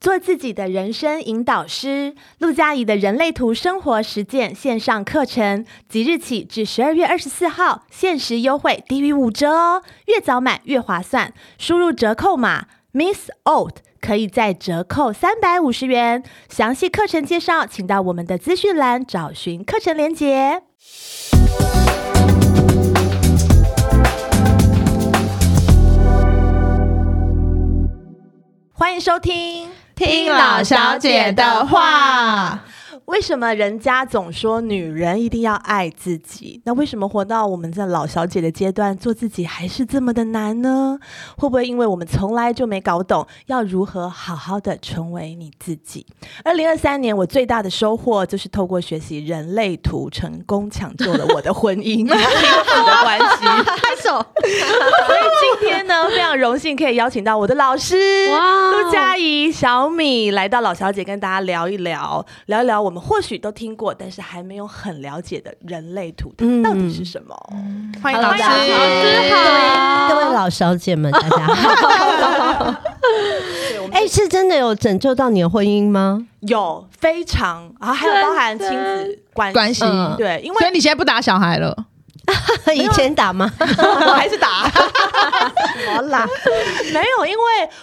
做自己的人生引导师，陆佳怡的人类图生活实践线上课程，即日起至十二月二十四号，限时优惠低于五折哦，越早买越划算。输入折扣码 Miss Old 可以再折扣三百五十元。详细课程介绍，请到我们的资讯栏找寻课程连结。欢迎收听。听老小姐的话。为什么人家总说女人一定要爱自己？那为什么活到我们这老小姐的阶段，做自己还是这么的难呢？会不会因为我们从来就没搞懂要如何好好的成为你自己？二零二三年我最大的收获就是透过学习人类图，成功抢救了我的婚姻天赋的关系。拍手， 所以今天呢，非常荣幸可以邀请到我的老师哇哦陆佳怡、小米来到老小姐跟大家聊一聊，聊一聊我们或许都听过，但是还没有很了解的人类图，它到底是什么？欢迎老师嗯老师好，各位老小姐们，大家好。 哎、是真的有拯救到你的婚姻 吗？有非常，然后还有包含亲子关系，关系嗯对，因所为以你现在不打小孩了，以前打 吗？我还是打。好啦，没有，因为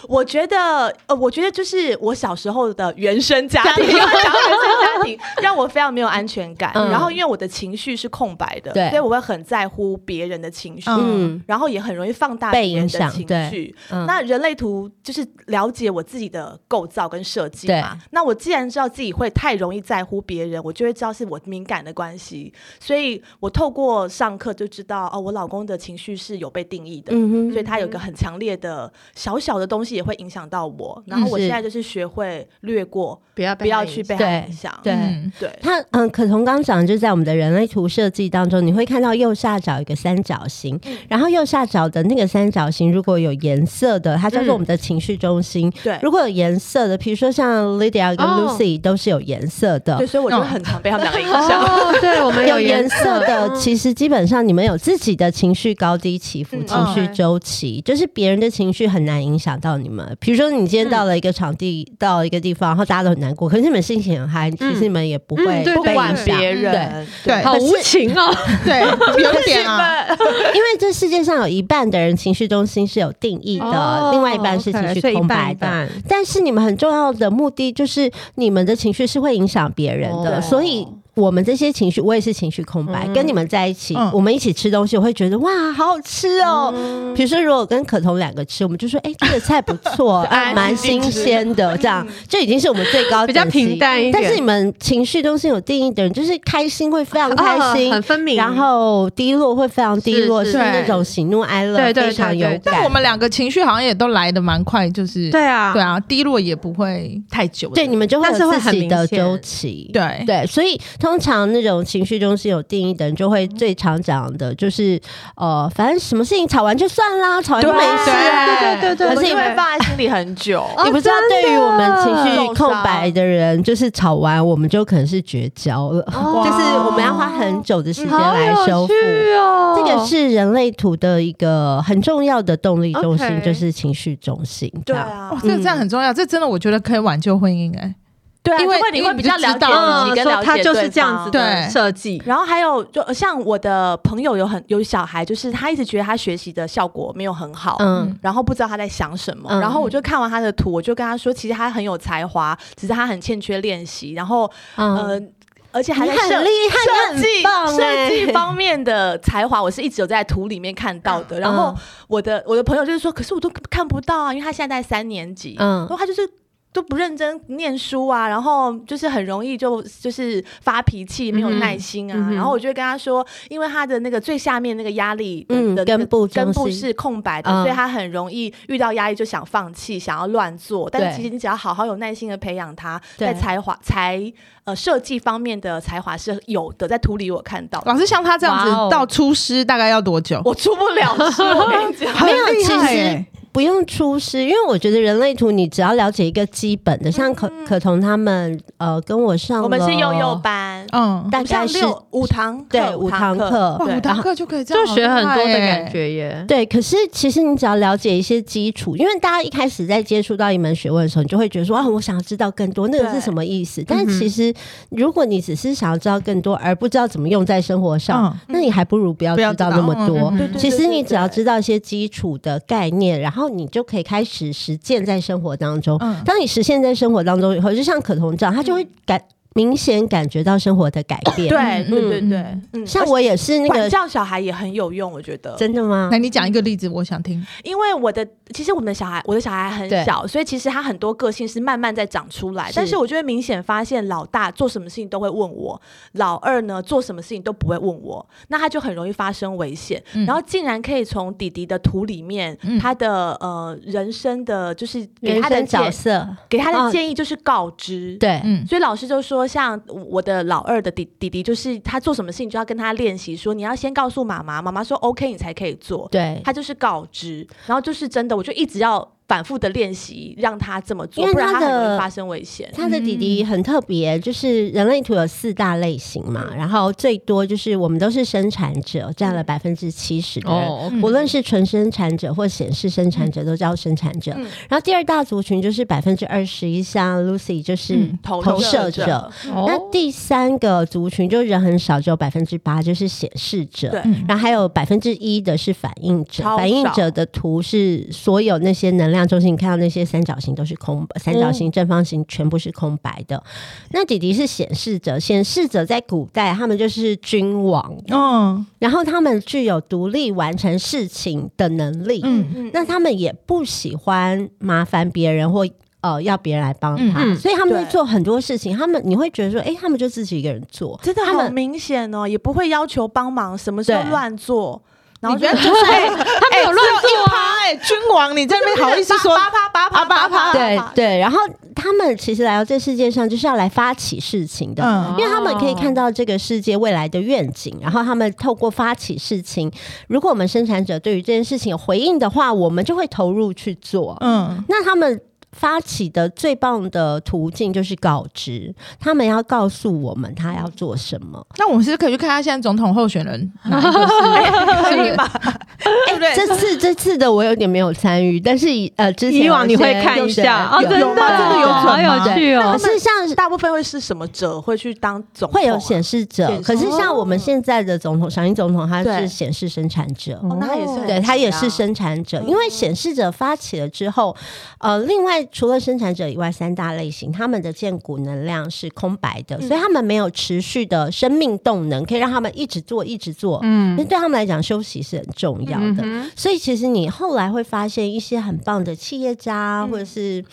我觉得，呃，我觉得就是我小时候的原生家庭， 原生家庭让我非常没有安全感。嗯然后因为我的情绪是空白的，对所以我会很在乎别人的情绪，嗯然后也很容易放大被别人影的响情对绪。嗯那人类图就是了解我自己的构造跟设计嘛。那我既然知道自己会太容易在乎别人，我就会知道是我敏感的关系，所以我透过上课就知道哦，我老公的情绪是有被定义的，嗯所以他有一个很强烈的小小的东西也会影响到我。然后我嗯是现在就是学会略过，不要不要去被他对影响。对嗯对，他嗯，可从刚刚讲，就是在我们的人类图设计当中，你会看到右下角有一个三角形，然后右下角的那个三角形如果有颜色的，它叫做我们的情绪中心。对如果有颜色的，比如说像 Lydia 跟哦 Lucy 都是有颜色的，对，所以我就嗯很常被他们两个影响。哦，对我们有颜色嗯的，其实基本上你们有自己的情绪高低起伏、嗯情绪周期，就是别人的情绪很难影响到你们。比如说，你今天到了一个场地，到了一个地方，然后大家都很难过，可是你们心情很嗨，其实你们也不会嗯对不被管影响。别人，对好可是无情哦！对，有点 啊，因为这世界上有一半的人情绪中心是有定义的，哦另外一半是情绪 OK，所以一空白半一的。半但是你们很重要的目的就是你们的情绪是会影响别人的，哦所以我们这些情绪，我也是情绪空白，跟你们在一起，嗯我们一起吃东西，我会觉得哇，好好吃哦。嗯比如说，如果跟可彤两个吃，我们就说，哎、这个菜不 错，哎啊蛮新鲜的，这样这已经是我们最高嗯比较等级平淡一点但是你们情绪都是有定义的人，就是开心会非常开心，哦很分明。然后低落会非常低落，是是是那种喜怒哀乐对对非常有对对对感。我们两个情绪好像也都来的蛮快，就是对啊，对啊，低落也不会太久的，对你们就会但是会有自很己明的显周期。对对，所以通常那种情绪中心有定义的人，就会最常讲的就是，呃，反正什么事情吵完就算啦，吵完就没事啊。对对对我可们是就你会们放在心里很久。你不知道，对于我们情真绪的空白的人，就是吵完我们就可能是绝交了，哦 就是我们要花很久的时间好来修复。有趣哦！这个是人类图的一个很重要的动力中心， OK 就是情绪中心。对这样，啊哦哇，，这个这样很重要，这真的我觉得可以挽救婚姻哎，对啊，因为因为你因会为比你较就了知解道啊自己跟嗯说了他解就是对这样方子对的设计，然后还有，就呃像我的朋友有很有小孩，就是他一直觉得他学习的效果没有很好，嗯然后不知道他在想什么。嗯然后我就看完他的图，我就跟他说，其实他很有才华，只是他很欠缺练习。然后嗯，呃，而且还你在很设厉害，设你计很棒设计哎。方面的才华，我是一直有在图里面看到的。然后我的我的朋友就是说，可是我都看不到啊，因为他现在在三年级，嗯然后他就是。都不认真念书啊，然后就是很容易就就是发脾气，没有耐心啊。嗯哼然后我就会跟他说，因为他的那个最下面那个压力的，嗯的那个根部中根部心是空白的，嗯所以他很容易遇到压力就想放弃，想要乱做。但对是其实你只要好好有耐心的培养他，对在才华才呃设计方面的才华是有的，在图里我看到的，老师像他这样子哇哦到出师大概要多久？我出不了师，我跟你 讲。很没有厉害其实哎不用出师，因为我觉得人类图你嗯只要了解一个基本的，像可可彤他们，呃，跟我上了哦我们是幼幼，班，嗯，大概像是六五堂课对五堂课，课，哇，对五堂课就可以这就样，学很多的感觉。觉耶。对，可是其实你只要了解一些基础，因为大家一开始在接触到一门学问的时候，你就会觉得说啊，我想要知道更多，那个是对什么意思？但嗯哼是其实如果你只是想要知道更多，而不知道怎么用在生活上，嗯那你还不如不要不要知知道道那么嗯多嗯嗯。对对其对实对你只要对知道一些基础的概念，然后你就可以开始实践在生活当中。嗯，当你实现在生活当中以后，就像可彤这样，他就会感明显感觉到生活的改变。对对对嗯对嗯，嗯像而且我也是那管个，教小孩也很有用，我觉得。真的吗那？你讲一个例子，我想听。因为我的其实我们的小孩，我的小孩很对小，所以其实他很多个性是慢慢在长出来。是但是我就会明显发现，老大做什么事情都会问我，老二呢做什么事情都不会问我，那他就很容易发生危险。嗯然后竟然可以从弟弟的图里面，嗯他的呃人生的就是给人他的生角建色，给他的哦建议就是告知，对，嗯所以老师就说，像我的老二的弟弟弟，就是他做什么事情就要跟他练习，说你要先告诉妈妈，妈妈说 OK 你才可以做，对，他就是告知，然后就是真的，我就一直要反复的练习，让他这么做因，为不然他他很容易的发生危险。他的弟嗯弟很特别，就是人类图有四大类型嘛，然后最多就是我们都是生产者，占了百分之七十的人。哦，嗯无论是纯生产者或显示生产者，都叫生产者。嗯然后第二大族群就是百分之二十一，像 Lucy 就是嗯投投射射者。那哦，第三个族群就人很少，只有百分之八，就是显示者。对嗯然后还有百分之一的是反应者，超少反应者的图是所有那些能量中心，你看到那些三角形都是空，哦三角形、正方形全部是空白的。那弟弟是显示者，显示者在古代他们就是君王，嗯然后他们具有独立完成事情的能力。嗯嗯那他们也不喜欢麻烦别人或。呃，要别人来帮他，嗯嗯所以他们在对做很多事情。他们你会觉得说，诶，他们就自己一个人做，真的他好们明显哦，也不会要求帮忙，什么时候对乱做，然后你不要就是哎他没有乱做啊！哎，君王，你在那边好意思说八啪八啪啊八啪趴对对，然后他们其实来到这世界上就是要来发起事情的。嗯因为他们可以看到这个世界未来的愿景，然后他们透过发起事情，如果我们生产者对于这件事情有回应的话，我们就会投入去做。嗯那他们发起的最棒的途径就是告知，他们要告诉我们他要做什么。那我们是不是可以去看他现在总统候选人哪一个 是哎可以吧？对不对？哎这次这次的我有点没有参与，但是以呃之前以往你会有些看有一些下人哦，有真的有吗真的有有好吗有趣可哦，是像大部分会是什么者会去当总会有统啊显示者，显示可是像我们现在的总统，小英总统他对是显示生产者。哦，那他也是很对他也强嗯是生产者，因为显示者发起了之后，呃，另外除了生产者以外，三大类型他们的荐股能量是空白的，嗯所以他们没有持续的生命动能，可以让他们一直做一直做。嗯那、对嗯他们来讲，休息是很重要嗯的。哼所以其实你后来会发现一些很棒的企业家啊，嗯或者是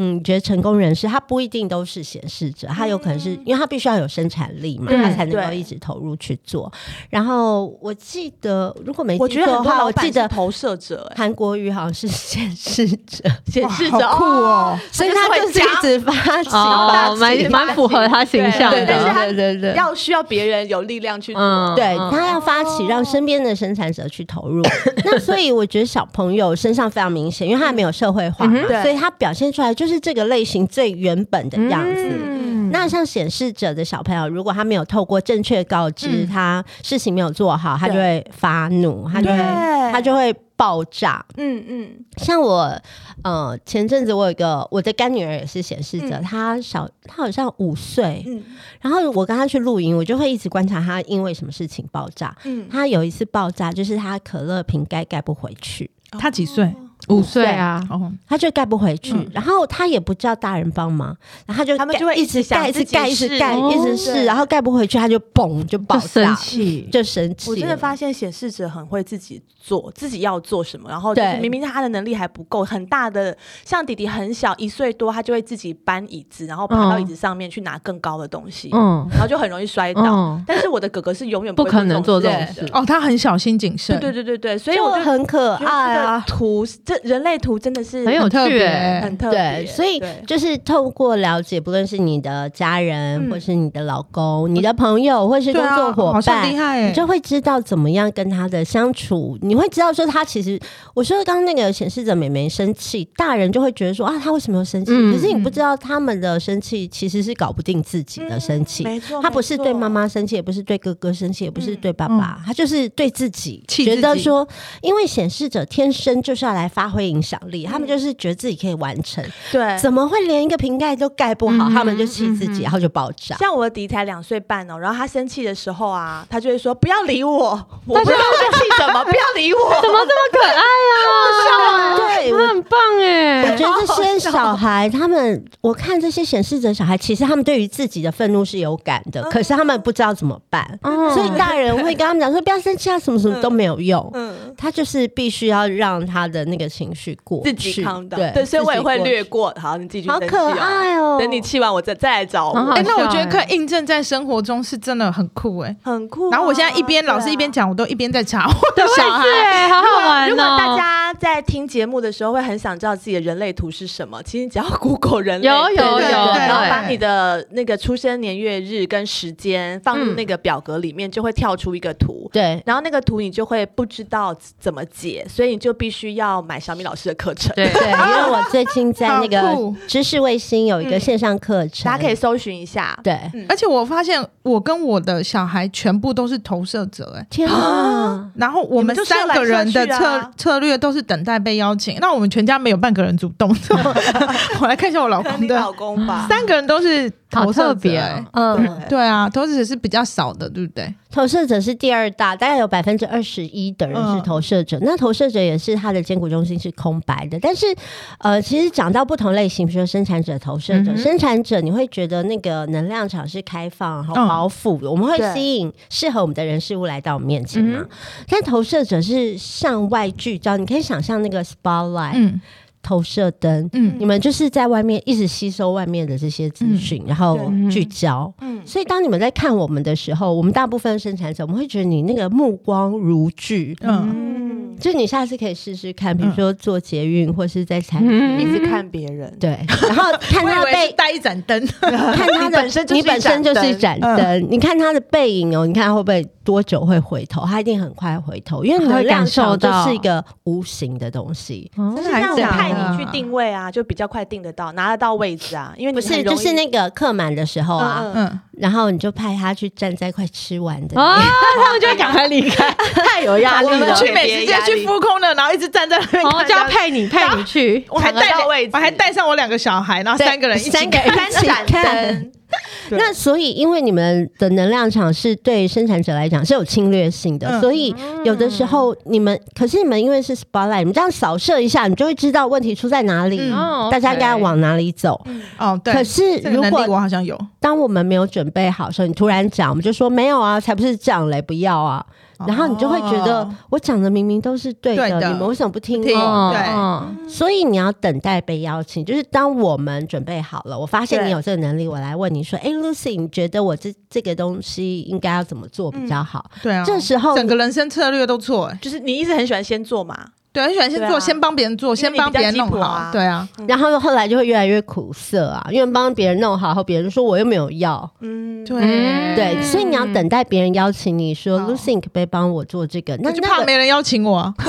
嗯，觉得成功人士，他不一定都是显示者，他有可能是因为他必须要有生产力嘛，对他才能够嗯对一直投入去做。然后我记得，如果没我记觉错得的很多话，老我板记是得。投射者、哎，韩国瑜好像是显示者，显哇示好者酷哦，所以就是他会就是加一直发起发哦，起蛮蛮符合他形象对但是的，他对对对，要需要别人有力量去做。啊嗯，对嗯他要发起让身边的生产者去投入，那所以我觉得小朋友身上非常明显，因为他还没有社会化嘛嗯，哼所以他表现出来就是这个类型最原本的样子。嗯那像显示者的小朋友，如果他没有透过正确告知嗯他事情没有做好，他就会发怒，他就对会他就会爆炸。嗯嗯，像我，呃，前阵子我有一个我的干女儿也是显示者，嗯她小她好像五岁，嗯然后我跟她去露营，我就会一直观察她因为什么事情爆炸。嗯，他有一次爆炸，就是他可乐瓶盖盖不回去，他几岁？五岁啊，哦，他就盖不回去，嗯然后他也不叫大人帮忙，然后他就他们盖就会一一直直盖，想一直自己盖，一直试盖，哦一直试，对然后盖不回去，他就嘣就爆就生炸，气，就生气了。我真的发现显示者很会自己做，自己要做什么，然后就对是明明他的能力还不够，很大的像弟弟很小一岁多，他就会自己搬椅子，然后爬到嗯椅子上面去拿更高的东西，嗯然后就很容易摔倒。嗯，但是我的哥哥是永远不会可能做这这种种事事的。哦，他很小心谨慎，对对对对对，所以就我就很可觉得爱这个啊。图这这人类图真的是很有很特趣别欸很特别，对，所以对就是透过了解，不论是你的家人，嗯啊或是你的老公、你的朋友，或是工作伙啊好像伴厉，害你耶，就会知道怎么样跟他的相处。你会知道说他其实，我说刚刚那个显示者妹妹生气，大人就会觉得说啊，他为什么要生气？嗯可是你不知道他们的生气其实是搞不定自己的生气。嗯没错，他不是对妈没妈生气，也不是对哥哥生气，也不是对爸爸，他就是对自己，气觉得自己说，因为显示者天生就是要来发挥影响力，他们就是觉得自己可以完成，错对。怎么会连一个瓶盖都盖不好，嗯哼他们就气自己，嗯哼然后就爆炸。像我的弟才两岁半哦，然后他生气的时候啊，他就会说：“不要理我，我不知道在气什么，不要理我。” 怎么这么可 爱呀？对，我他很棒我哎，觉得这些小孩，他们我看这些显示者小孩，其实他们对于自己的愤怒是有感的，可是他们不知道怎么办，嗯所以大人会跟他们讲说不要生气啊，什么什么都没有用。 嗯，他就是必须要让他的那个情绪过自去，己扛的，对，对，所以我也自己过会去略过。好，你自己去好生气啊可爱哦等你气完，我再再来找很我好。哎，那我觉得笑可欸以印证在生活中是真的很酷哎。很酷啊、然后我现在一边老师一边对啊讲，我都一边在查我的小孩。对，好好玩如果大哦。家在听节目的时候会很想知道自己的人类图是什么，其实你只要 Google 人类有图有有对对然后对把你的那个出生年月日跟时间放入那个表格里面，就会跳出一个图。对。然后那个图你就会不知道怎么解，所以你就必须要买小米老师的课程。对，对，因为我最近在那好个酷知识卫星有嗯一个线上课程，大家可以搜寻一下。对，嗯 而且我发现我跟我的小孩全部都是投射者哎。天啊，然后我你们们就三个人射的来射去策、啊策略都是等待被邀请，那我们全家没有半个人主动。我来看一下我老可能公你老的，公吧，三个人都是投好射特者、别欸哦。 嗯，对啊，投射者是比较少的，对不对？投射者是第二大，大概有百分之二十一的人是投射者。那投射者也是他的肩骨中心是空白的，但是呃，其实讲到不同类型，比如说生产者、投射者，嗯哼生产者你会觉得那个能量场是开放、好嗯包覆的，我们会对吸引适合我们的人事物来到我们面前嘛。嗯但投射者是向外聚焦，你可以想象那个 spotlight、嗯投射灯。嗯你们就是在外面一直吸收外面的这些资讯，然后对聚焦。嗯，所以，当你们在看我们的时候，我们大部分生产者，我们会觉得你那个目光如炬。嗯，嗯，就你下次可以试试看，比如说做捷运或是在餐厅，一嗯直看别人，对，然后看我以他为是被带一盏灯，看他的，你本身就是你本身就是一盏一盏灯，你看他的背影哦，你看他会不会多久会回头？他一定很快回头，因为能量场就是一个无形的东西，但哦是让我真的派还是你去定位啊，就比较快定得到，拿得到位置啊，因为你不是很容就易是那个客满的时候啊，嗯嗯，然后你就派他去站在快吃完的啊，他们就会赶快离开，太有压 力力了我们了。去美食街去浮空的，然后一直站在那边哦，看就要大家配你配你去，我还带抢得到位置我还带上我两个小孩，然后对 三个人一起三个人三盏灯，对那所以，因为你们的能量场是对生产者来讲是有侵略性的，嗯所以有的时候你们，可是你们因为是 spotlight，你们这样扫射一下，你就会知道问题出在哪里，嗯哦大家应该要 OK 往哪里走。哦，对，可是这如个能力果我好像有，当我们没有准备好的时候，你突然讲，我们就说没有啊，才不是这样嘞，不要啊。然后你就会觉得哦我讲的明明都是对的，对的你们为什么不听听我？哦对哦所以你要等待被邀请，就是当我们准备好了，我发现你有这个能力，我来问你说：“哎、l u c y 你觉得我这这个东西应该要怎么做比较好对啊，？”这时候整个人生策略都错哎。就是你一直很喜欢先做嘛，对，很喜欢先对做，啊先帮别人做，因为先你帮比较别人弄鸡婆啊好。对啊，然后后来就会越来越苦涩啊，因为帮别人弄好后，别人说我又没有要，嗯，对对，所以你要等待别人邀请你说、好 l u c y 你可不可以帮我做这个？那我就怕那个，没人邀请我啊。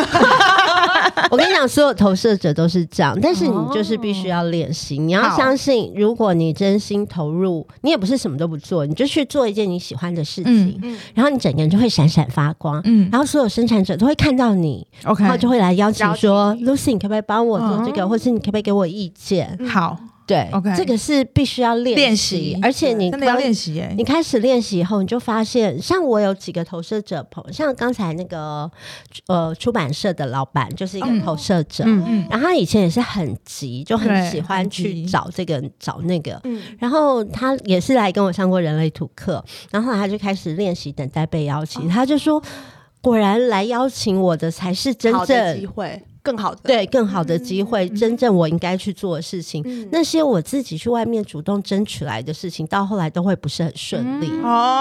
我跟你讲，所有投射者都是这样，但是你就是必须要练习，你要哦好相信，如果你真心投入，你也不是什么都不做，你就去做一件你喜欢的事情。嗯嗯然后你整个人就会闪闪发光，嗯然后所有生产者都会看到你， ，OK，然后就会来邀请邀请说，Lucy，你可不可以帮我做这个，嗯或是你可不可以给我意见？好，对 OK 这个是必须要练练习习，而且你真的要刚练习耶你。开始练习以后，你就发现，像我有几个投射者朋友，像刚才那个呃出版社的老板就是一个嗯投射者，嗯嗯然后他以前也是很急，就很对喜欢很去急找这个找那个，嗯，然后他也是来跟我上过人类图课，然后后来他就开始练习等哦待被邀请，他就说。果然来邀请我的才是真好的机正会，更好的。对更好的机会，嗯真正我应该去做的事情，嗯那些我自己去外面主动争取来的事情，到后来都会不是很顺嗯利。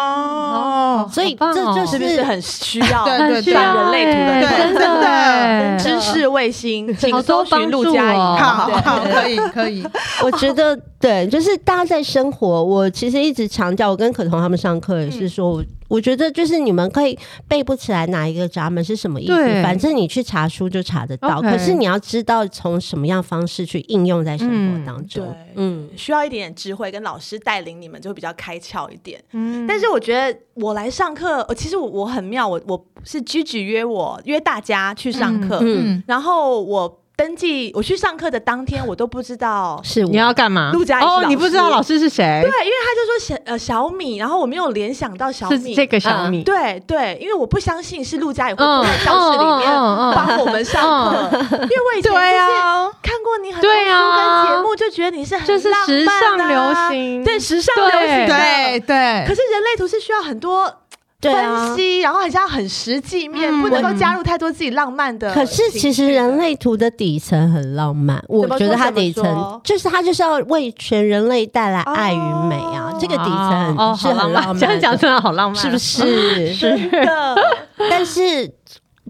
哦，所以好棒这哦就是不是很需要对对很需要人类图的欸对真真的的欸知识卫星，请嗯好搜多寻陆帮助嘉哦颖。好对好，可以可以， 我觉得对，就是大家在生活，我其实一直强调，我跟可彤他们上课也是说，我嗯我觉得就是你们可以背不起来哪一个闸门是什么意思，对反正你去查书就查得到， OK 可是你要知道从什么样方式去应用在生活当中对。嗯，，需要一点点智慧，跟老师带领你们就会比较开窍一点。嗯但是我觉得我来上课，呃其实我我很妙，我我是居居约我约大家去上课，嗯，然后我登记我去上课的当天，我都不知道嗯是我你要干嘛？陆佳怡是哦，老你不知道师老师是谁对，？因为他就说小呃小米，然后我没有联想到小是米，这个小米。对对，因为我不相信是陆佳怡会坐在教室里面嗯帮我们上课，因为我以前就是对啊，看过你很多书对啊跟节目，就觉得你是很就是浪时漫尚啊流行对时尚流行的对对可，是人类图是需要很多对啊分。析，然后好像很实际面，嗯不能够加入太多自己浪漫的情可绪的。是其实人类图的底层很浪漫，我么说觉得它怎么底层说就是它就是要为全人类带来爱与美啊，哦这个底层哦，很是好很浪浪漫漫，的，这样讲真的好浪漫，是不？ 是？真的但是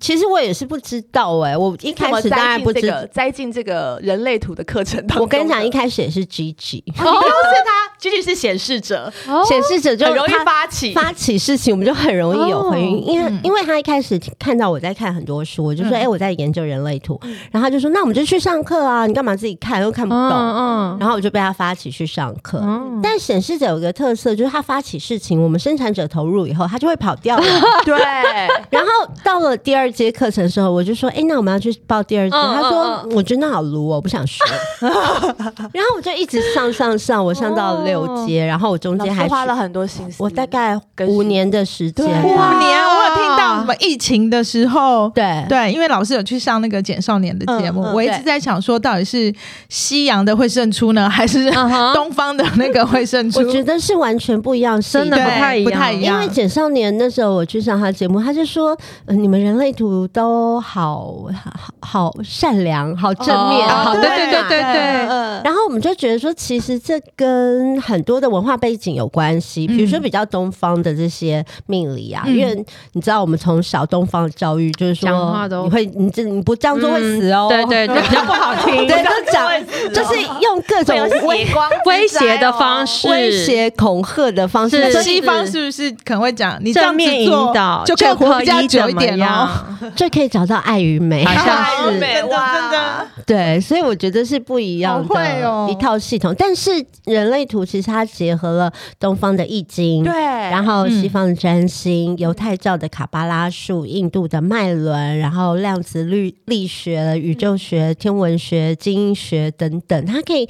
其实我也是不知道哎、我怎一 开么始当然栽不进这知。个栽进这个人类图的课程当中的？我跟你讲，一开始也是 G G 哦你就是他，g g 是显示者，哦显示者就很容易他发起。发起事情，我们就很容易有回应，哦因为嗯因为他一开始看到我在看很多书，我就说嗯哎、我在研究人类图，然后他就说那我们就去上课啊，你干嘛自己看又看不懂？嗯嗯然后我就被他发起去上课。嗯，但显示者有个特色，就是他发起事情，我们生产者投入以后，他就会跑掉了。对，然后到了第二节课程的时候，我就说：“哎、那我们要去报第二节。嗯他说：“嗯我觉得那好撸哦，我不想学。”然后我就一直上上上，我上到六节，然后我中老间师还花去了很多心思。我大概更新五年的时间对五啊吧。年，我有听到什么疫情的时候。对对，因为老师有去上那个简少年的节目，嗯嗯我一直对在想说，到底是西洋的会胜出呢，还是嗯哼东方的那个会胜出？我觉得是完全不一样系真统，的对不太一样不太一因样，为简少年那时候我去上他节目，他就说、呃你们人类图都好好好善良，好正面，哦好对温对暖对对，嗯，然后我们就觉得说，其实这跟很多的文化背景有关系，比如说嗯比较东方的这些命理啊，嗯因为你知道我们从小东方的教育就是讲说话，都嗯你会你这你不这样做会死哦，对对对，比较不好听，对，就讲 就是用各种威邪光之灾哦威胁的方式威胁恐吓的方式，是所以西方是不是可能会讲你这样正子面引做导就可以活比较久一点哦？哦，就可以找到爱与美，好像哎 呦是美真的哇真的对，所以我觉得是不一样好会哦的一套系统。但是人类图其实它结合了东方的易经，对，然后西方嗯的占星、犹、太教的卡巴拉术、印度的脉轮，然后量子力力学、宇宙学、天文学、精英学等等，它可以。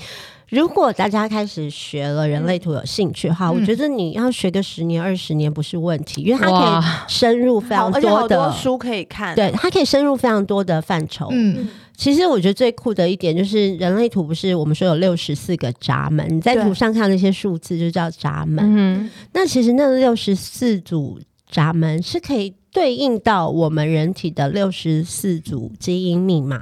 如果大家开始学了人类图有兴趣嗯哈，我觉得你要学个十年二十年不是问题，因为它可以哇深入非常好而且好的，多书可以看。对，它可以深入非常多的范畴。嗯，其实我觉得最酷的一点就是人类图不是我们说有六十四个闸门，你在对图上看到那些数字就叫闸门。嗯，那其实那六十四组闸门是可以对应到我们人体的六十四组基因密码，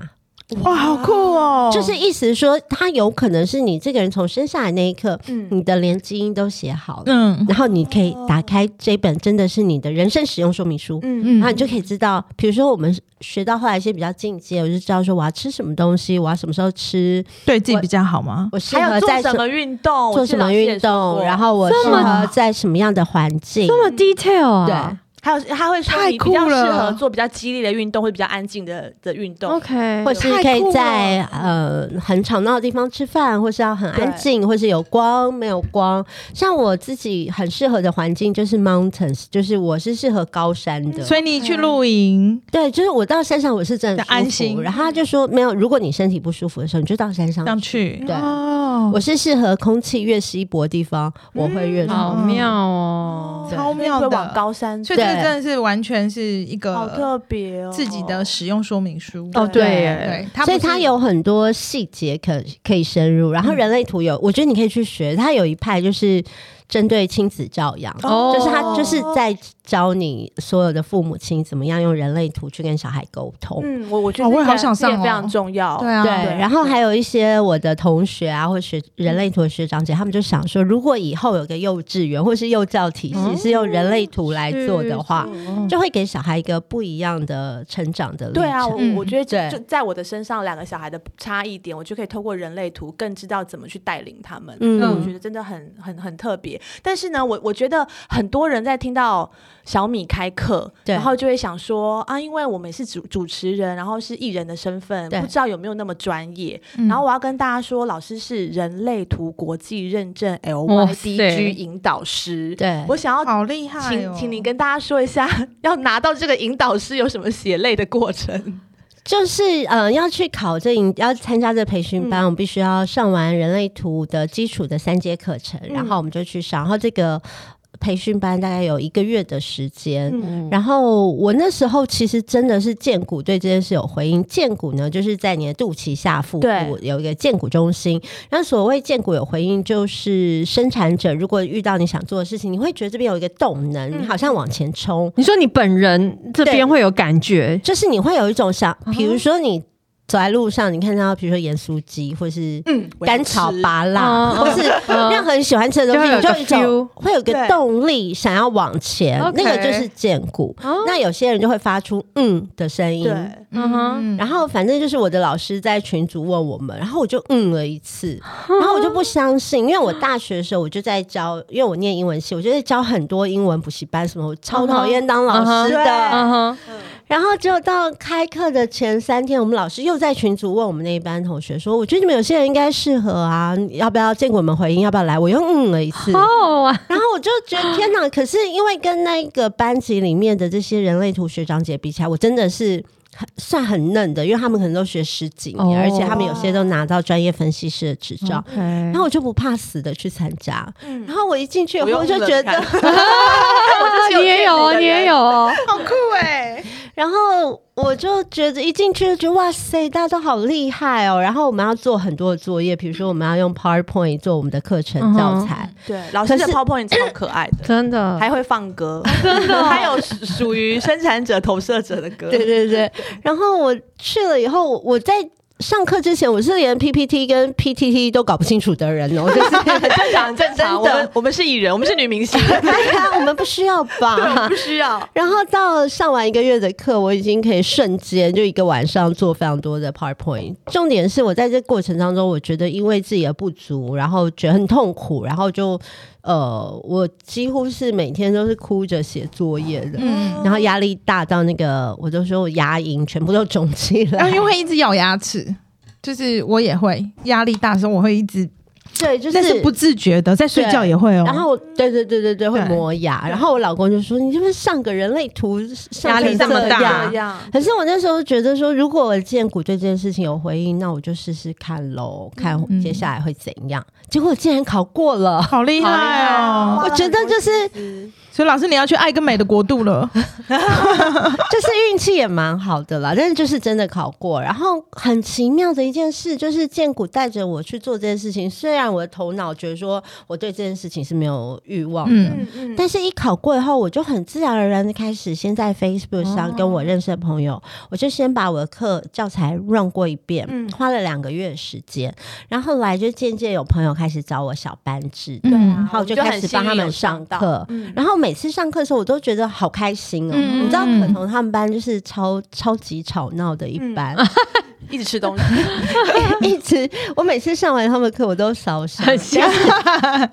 哇，好酷哦！就是意思说，它有可能是你这个人从生下来那一刻，嗯，你的连基因都写好了，嗯然后你可以打开这本真的是你的人生使用说明书。嗯嗯然后你就可以知道，比如说我们学到后来一些比较进阶，我就知道说我要吃什么东西，我要什么时候吃，对自己比较好吗？我适还合有在做什什么哦运动？做什么运动，然后我适这么合在什么样的环境，这么 detail 啊对，还有他会说太你比较酷适合了做比较激烈的运动，或者比较安静的的运动。 ，OK，或是太酷可以了在呃很吵闹的地方吃饭，或是要很安静，或是有光没有光。像我自己很适合的环境就是 mountains，就是我是适合高山的。所以你去露营，对，就是我到山上我是真的很舒服安心然后他就说没有，如果你身体不舒服的时候，你就到山上这样。去对哦我是适合空气越稀薄的地方，我会嗯越舒服。好妙哦，超妙会的往高山所走，以这个对真的是完全是一好个特别哦，自己的使用说明书哦对耶，对，它不所是嗯以它有很多细节可可以深入，然后人类图有，我觉得你可以去学。它有一派就是针对亲子教养。哦就是他就是在教你所有的父母亲怎么样用人类图去跟小孩沟通。嗯，我我觉得哦我也这个好想上这个非哦常重要，对啊对，对然后还有一些我的同学啊，或学人类图的学长姐，他们就想说，如果以后有个幼稚园或是幼教体系嗯是用人类图来做的话，嗯就会给小孩一个不一样的成长的历程。对啊，我嗯我觉得对就就在我的身上，两个小孩的差异点，我就可以透过人类图更知道怎么去带领他们。嗯那我觉得真的很很很特别。但是呢，我我觉得很多人在听到小米开课，对然后就会想说啊，因为我们是主主持人，然后是艺人的身份，对不知道有没有那么专业。嗯然后我要跟大家说，老师是人类图国际认证哇塞 LYDG 引导师。对我想要好厉害、哦，请请你跟大家说一下，要拿到这个引导师有什么血泪的过程？就是呃，要去考这营，要参加这培训嗯班，我们必须要上完人类图的基础的三阶课程，然嗯后我们就去上。然后这个培训班大概有一个月的时间。嗯然后我那时候其实真的是剑骨对这件事有回应。剑骨呢，就是在你的肚脐下腹部对有一个剑骨中心。那所谓剑骨有回应，就是生产者如果遇到你想做的事情，你会觉得这边有一个动能，嗯你好像往前冲。你说你本人这边会有感觉，就是你会有一种想，嗯比如说你走在路上，你看到比如说盐酥鸡，或是嗯干炒拔辣，嗯或是嗯任何你喜欢吃的东西，你就有一就会有一个种 feel 会有一个对动力想要往前， OK 那个就是健骨。哦那有些人就会发出嗯的声音对。，嗯哼，嗯然后反正就是我的老师在群组问我们，然后我就嗯了一次，啊然后我就不相信，因为我大学的时候我就在教，因为我念英文系，我就在教很多英文补习班什么，我超讨厌当老师的。嗯哼嗯哼，然后就到开课的前三天，我们老师又在群组问我们那一班同学说：“我觉得你们有些人应该适合啊，要不要见过我们回应？要不要来？”我又嗯了一次，好好玩，然后我就觉得天哪！可是因为跟那个班级里面的这些人类图学长姐比起来，我真的是很算很嫩的，因为他们可能都学十几年，哦而且他们有些都拿到专业分析师的执照。然然后我就不怕死的去参加，嗯然后我一进去以后用我就冷觉看得 你也有哦，你也有哦，好酷欸哎！然后我就觉得一进去就觉得哇塞，大家都好厉害哦。然后我们要做很多的作业，比如说我们要用 PowerPoint 做我们的课程教材。对，老师的可是哦 PowerPoint 超可爱的，真的，还会放歌，真的， 还有属属于生产者、投射者的歌。对对对。然后我去了以后，我我在。上课之前，我是连 PPT 跟 PTT 都搞不清楚的人哦，就 是 很 正常，很正真的常。我们我们是艺人，我们是女明星，啊哎呀，我们不需要吧 不？需要。然后到上完一个月的课，我已经可以瞬间就一个晚上做非常多的 PowerPoint。重点是我在这过程当中，我觉得因为自己的不足，然后觉得很痛苦，然后就呃，我几乎是每天都是哭着写作业的。嗯，然后压力大到那个，我就说我牙龈全部都肿起 然后来哎因。为会一直咬牙齿，就是我也会压力大的时候，我会一直，对，就但是不自觉的，在睡觉也会哦。然后我对对对对对，会对磨牙。然后我老公就说：“你是不是上个人类图上压力成这么大样这样可是我那时候觉得说，如果我建股对这件事情有回应，那我就试试看喽，看嗯接下来会怎样。结果竟然考过了， 好厉害啊哦！哎我觉得就是所以老师，你要去爱跟美的国度了。就是运气也蛮好的啦，但是就是真的考过。然后很奇妙的一件事就是，建股带着我去做这件事情，虽然我的头脑觉得说我对这件事情是没有欲望的。嗯，嗯嗯，但是，一考过以后，我就很自然而然的开始，先在 Facebook 上跟我认识的朋友，我就先把我的课教材 run 过一遍，嗯花了两个月的时间。然后后来就渐渐有朋友开始找我小班制的，对啊然后我就开始帮他们上课。嗯然后每次上课的时候，我都觉得好开心哦！嗯你知道，嗯可彤他们班就是超超级吵闹的一班， 一直吃东西，一直我每次上完他们课，我都烧伤。 很像，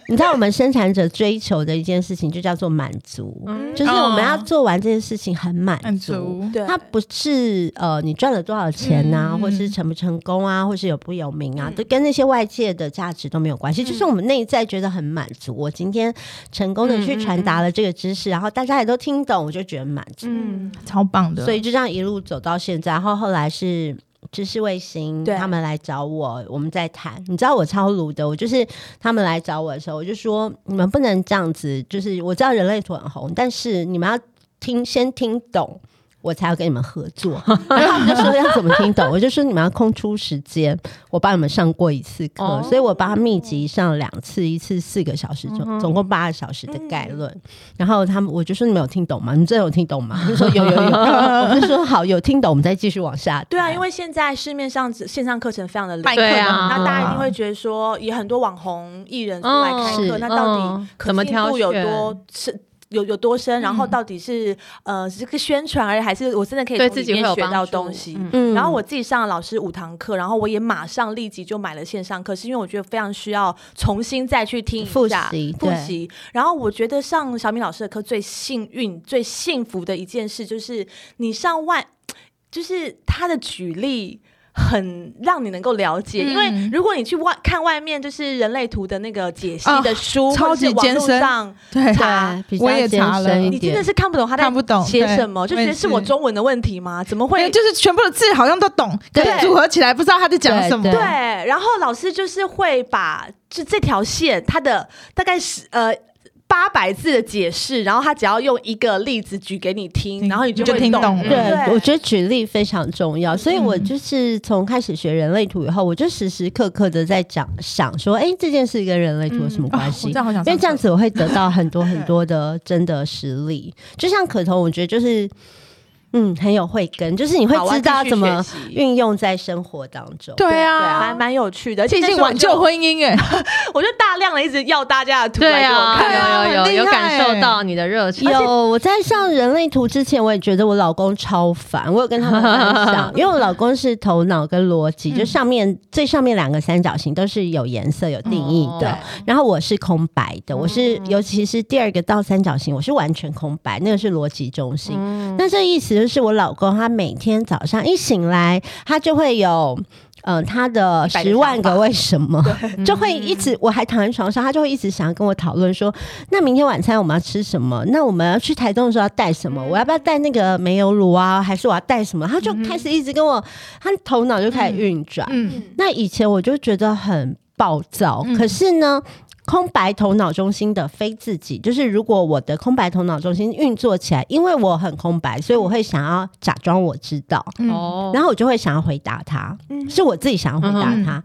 你知道，我们生产者追求的一件事情，就叫做满足。嗯就是我们要哦做完这件事情很满满足。足，对，它不是呃，你赚了多少钱呐、嗯或是成不成功啊，或是有不有名啊，嗯都跟那些外界的价值都没有关系。就是我们内在觉得很满足，我今天成功的去传达了这个知识，然后大家也都听懂，我就觉得满足。嗯，超棒的。所以就这样一路走到现在，然后后来是。知识卫星对他们来找我，我们在谈。你知道我超鲁的，我就是他们来找我的时候，我就说你们不能这样子。就是我知道人类图很红，但是你们要听，先听懂我才要跟你们合作。然后他们就说要怎么听懂，我就说你们要空出时间，我帮你们上过一次课，哦所以我帮他密集上两次，一次四个小时，总、总共八个小时的概论。然后他们我就说你们有听懂吗？你们真的有听 懂吗？他们说有有有， 我就说好有听懂，我们再继续往下。对啊，因为现在市面上线上课程非常的累。卖课对啊嘛那大家一定会觉得说，也很多网红艺人出来开嗯课，是那到底嗯可怎么信度挑有选多是有有多深？然后嗯到底是呃是个宣传而已，还是我真的可以对从自里己会面有学帮到助东西？嗯嗯然后我自己上了老师五堂课，然后我也马上立即就买了线上课，是因为我觉得非常需要重新再去听复一下习复对习。然后我觉得上小米老师的课最幸运、最幸福的一件事就是你上万，就是他的举例。很让你能够了解，因为嗯如果你去外看外面就是人类图的那个解析啊的书，超或者是级网艰络深上对查对比较我也查艰深了一，你真的是看不懂他在看不懂写对什么，就我也觉得是我是中文的问题吗？怎么因为会就是全部的字好像都懂，可对是组合起来不知道他在讲什么。对对，然后老师就是会把这这条线，它的大概是呃。八百字的解释，然后他只要用一个例子举给你听，嗯然后你就就会听懂了对，我觉得得举例非常重要，所以我嗯就是从开始学人类图以后，我就时时刻刻的在讲想说，哎、这件事跟人类图有什嗯么哦啊关我系？这样好想上因课，为这样子我会得到很多对很多的真的实力，就像可彤，我觉得就是嗯很有慧根，就是你会知道怎么运用在生活当中。对蛮啊，蛮有趣的，而且这已那经时候挽救婚姻哎，我就，我就大量的一直要大家的图来对给我看，啊，有有对啊有有感很厉害欸受到你的热情，有，我在上人类图之前，我也觉得我老公超烦。我有跟他们分享，因为我老公是头脑跟逻辑，就上面最上面两个三角形都是有颜色、有定义的。哦然后我是空白的，我是尤其是第二个倒三角形，我是完全空白，那个是逻辑中心。嗯那这意思就是，我老公他每天早上一醒来，他就会有。呃，他的100个十万想个法为什么， 就会一直，我还躺在床上，他就会一直想要跟我讨论说，那明天晚餐我们要吃什么？那我们要去台东的时候要带什么？我要不要带那个煤油炉啊？还是我要带什么？他就开始一直跟我，他头脑就开始运转。嗯，那以前我就觉得很暴躁，嗯可是呢。空白头脑中心的非自己，就是如果我的空白头脑中心运作起来，因为我很空白，所以我会想要假装我知道，哦，哦，然后我就会想要回答他，嗯是我自己想要回答嗯他，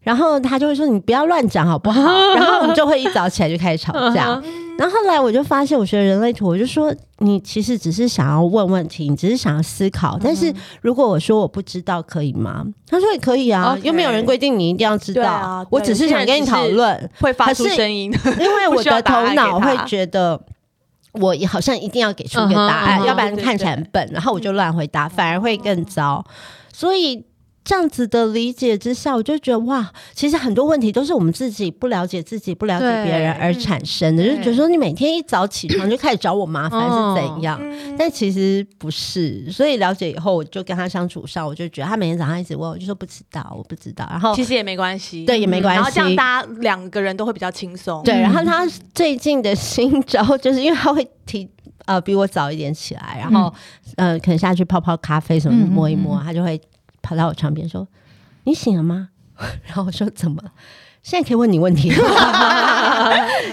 然后他就会说你不要乱讲好 不好？然后我们就会一早起来就开始吵架。嗯然后后来我就发现，我学人类图，我就说你其实只是想要问问题，你只是想要思考。嗯但是如果我说我不知道，可以吗？他说也可以啊 OK 又没有人规定你一定要知对道。啊对我只是想跟你讨论，会发可出是声音，因为我的头脑不需要答案会给他觉得。我也好像一定要给出一个答嗯案哼嗯哼要不然看起来很笨，然后我就乱回嗯答，反而会更糟。所以这样子的理解之下，我就觉得哇，其实很多问题都是我们自己不了解自己、不了解别人而产生嗯的。就对觉得说你每天一早起床就开始找我麻烦哦是怎样？ 但其实不是。所以了解以后，我就跟他相处上，我就觉得他每天早上一直问我，我就说不知道，我不知道。然 后其实也没关系，对也没关系然后这样大家两个人都会比较轻松，对，嗯然后他最近的新招就是因为他会提。呃，比我早一点起来，然后、呃，可能下去泡泡咖啡什么嗯嗯嗯摸一摸，他就会跑到我床边说：“你醒了吗？” 然后我说：“怎么了？现在可以问你 问题了。”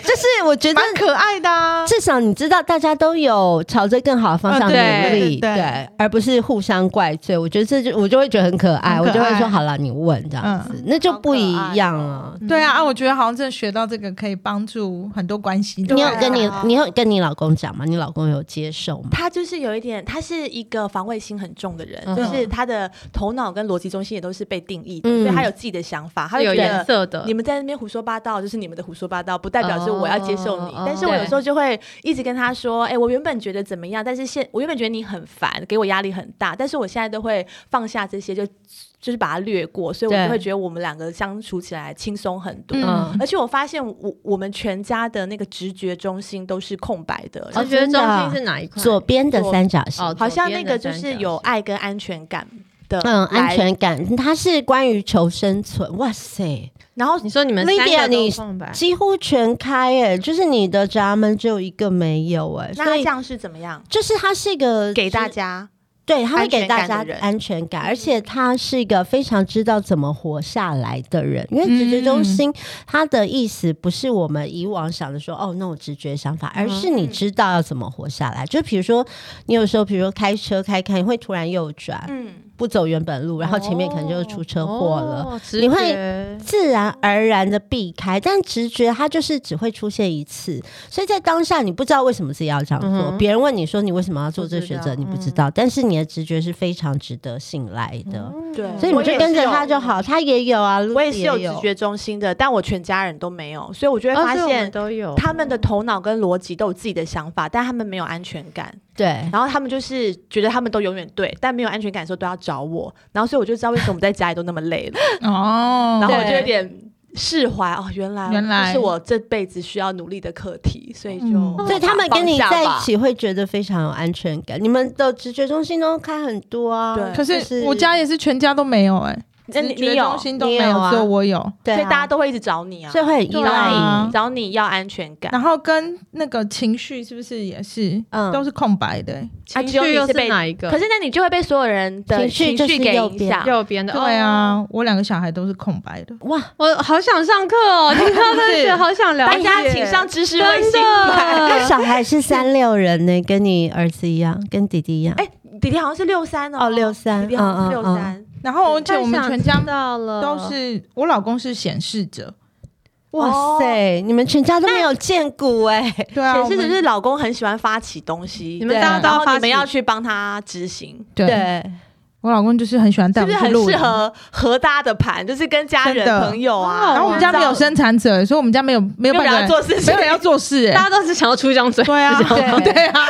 就是我觉得嗯蛮可爱的啊，至少你知道大家都有朝着更好的方向嗯努对力，对对而不是互相怪罪。我觉得这就我就会觉得很可爱，很我可就会说：“爱嗯好了，你问这样子，那就好不可一爱样哦了。”对啊，啊，我觉得好像真的学到这个可以帮助很多关系的。你有对啊跟你你有跟你老公讲吗？你老公有接受吗？他就是有一点，他是一个防卫心很重的人，嗯就是他的头脑跟逻辑中心也都是被定义的，嗯所以他有自己的想法，他有会觉颜得。色的你，们在那边胡说八道，就是你们的胡说八道，不代表是我要接受你。哦但是我有时候就会一直跟他说：“哎、我原本觉得怎么样，但是现我原本觉得你很烦，给我压力很大，但是我现在都会放下这些，就就是把它略过，所以我对就会觉得我们两个相处起来轻松很多。嗯而且我发现我我们全家的那个直觉中心都是空白的，我觉得中心是哪一块？左边的三角形，哦好像那个就是有爱跟安全感的，嗯，安来。全感，它是关于求生存。哇塞，然后你说你们 Lydia，三个你都空白，几乎全开诶、就是你的闸门只有一个没有诶、那所它以这样是怎么样？就是它是一个给大直家对，他会安全给感大的家人嗯安全感，而且他是一个非常知道怎么活下来的人。因为直觉中心，他的意思不是我们以往想的说哦，那种直觉想法，嗯而是你知道要怎么活下来。就比如说，你有时候比如说开车开开，你会突然右转，嗯，不走原本路，然后前面可能就出车祸了。哦，直你会觉自然而然的避开，但直觉它就是只会出现一次，所以在当下你不知道为什么自己要这样做。嗯哼别、人问你说你为什么要做这个选择，不知道你不知嗯道，但是你的直觉是非常值得信赖哦的，对所以嗯我你就也跟是着有他就好。他也有啊，我也是有 Lucy 直觉中心的，但我全家人都没有，所以我就会哦发所以我们现。都有他们的头脑跟逻辑都有自己的想法，但他们没有安全感，对。然后他们就是觉得他们都永远对，但没有安全感的时候都要找我，然后所以我就知道为什么我们在家里都那么累 了，哦，然后我对就有点释怀哦，原来原这来是我这辈子需要努力的课题，所以就、嗯所以他们跟你放下在一吧，起会觉得非常有安全感。你们的直觉中心都开很多啊，对可就是是我家也是全家都没有哎，那嗯你直觉你有中心都没你有有，啊只有我有。对啊所以大家都会一直找你啊，所以会很依找对赖你、啊你，找你要安全感，然后跟那个情绪是不是也是嗯都是空白的欸？啊情只有绪你又是是被哪一个？可是那你就会被所有人的情绪情就绪是给右影边响，右边的对，啊，我两个小孩都是空白的。哇，哦我好想上课 哦，听到这些好想了大解。家请上知识卫真星来。的，那小孩是三六人呢，跟你儿子一样，跟弟弟一样。哎、弟弟好像是六三哦，哦63弟弟好像是嗯六嗯三、然后而且我们全家到了都是，呃我老公是显示者，哇塞，你们全家都没有见骨哎、对啊，显示我的们是老公很喜欢发起东西，你们对大家都然要后发你们起要去帮他执行，对，我老公就是很喜欢带是我不是们很去露适营。合合搭的盘？就是跟家人真、的哦朋友啊。然后我们家没有生，生产者，所以我们家没有没没有有半人要个人做事没情有，人要做事大哎。家都是想要出一张嘴，对啊，是这样吗对对啊，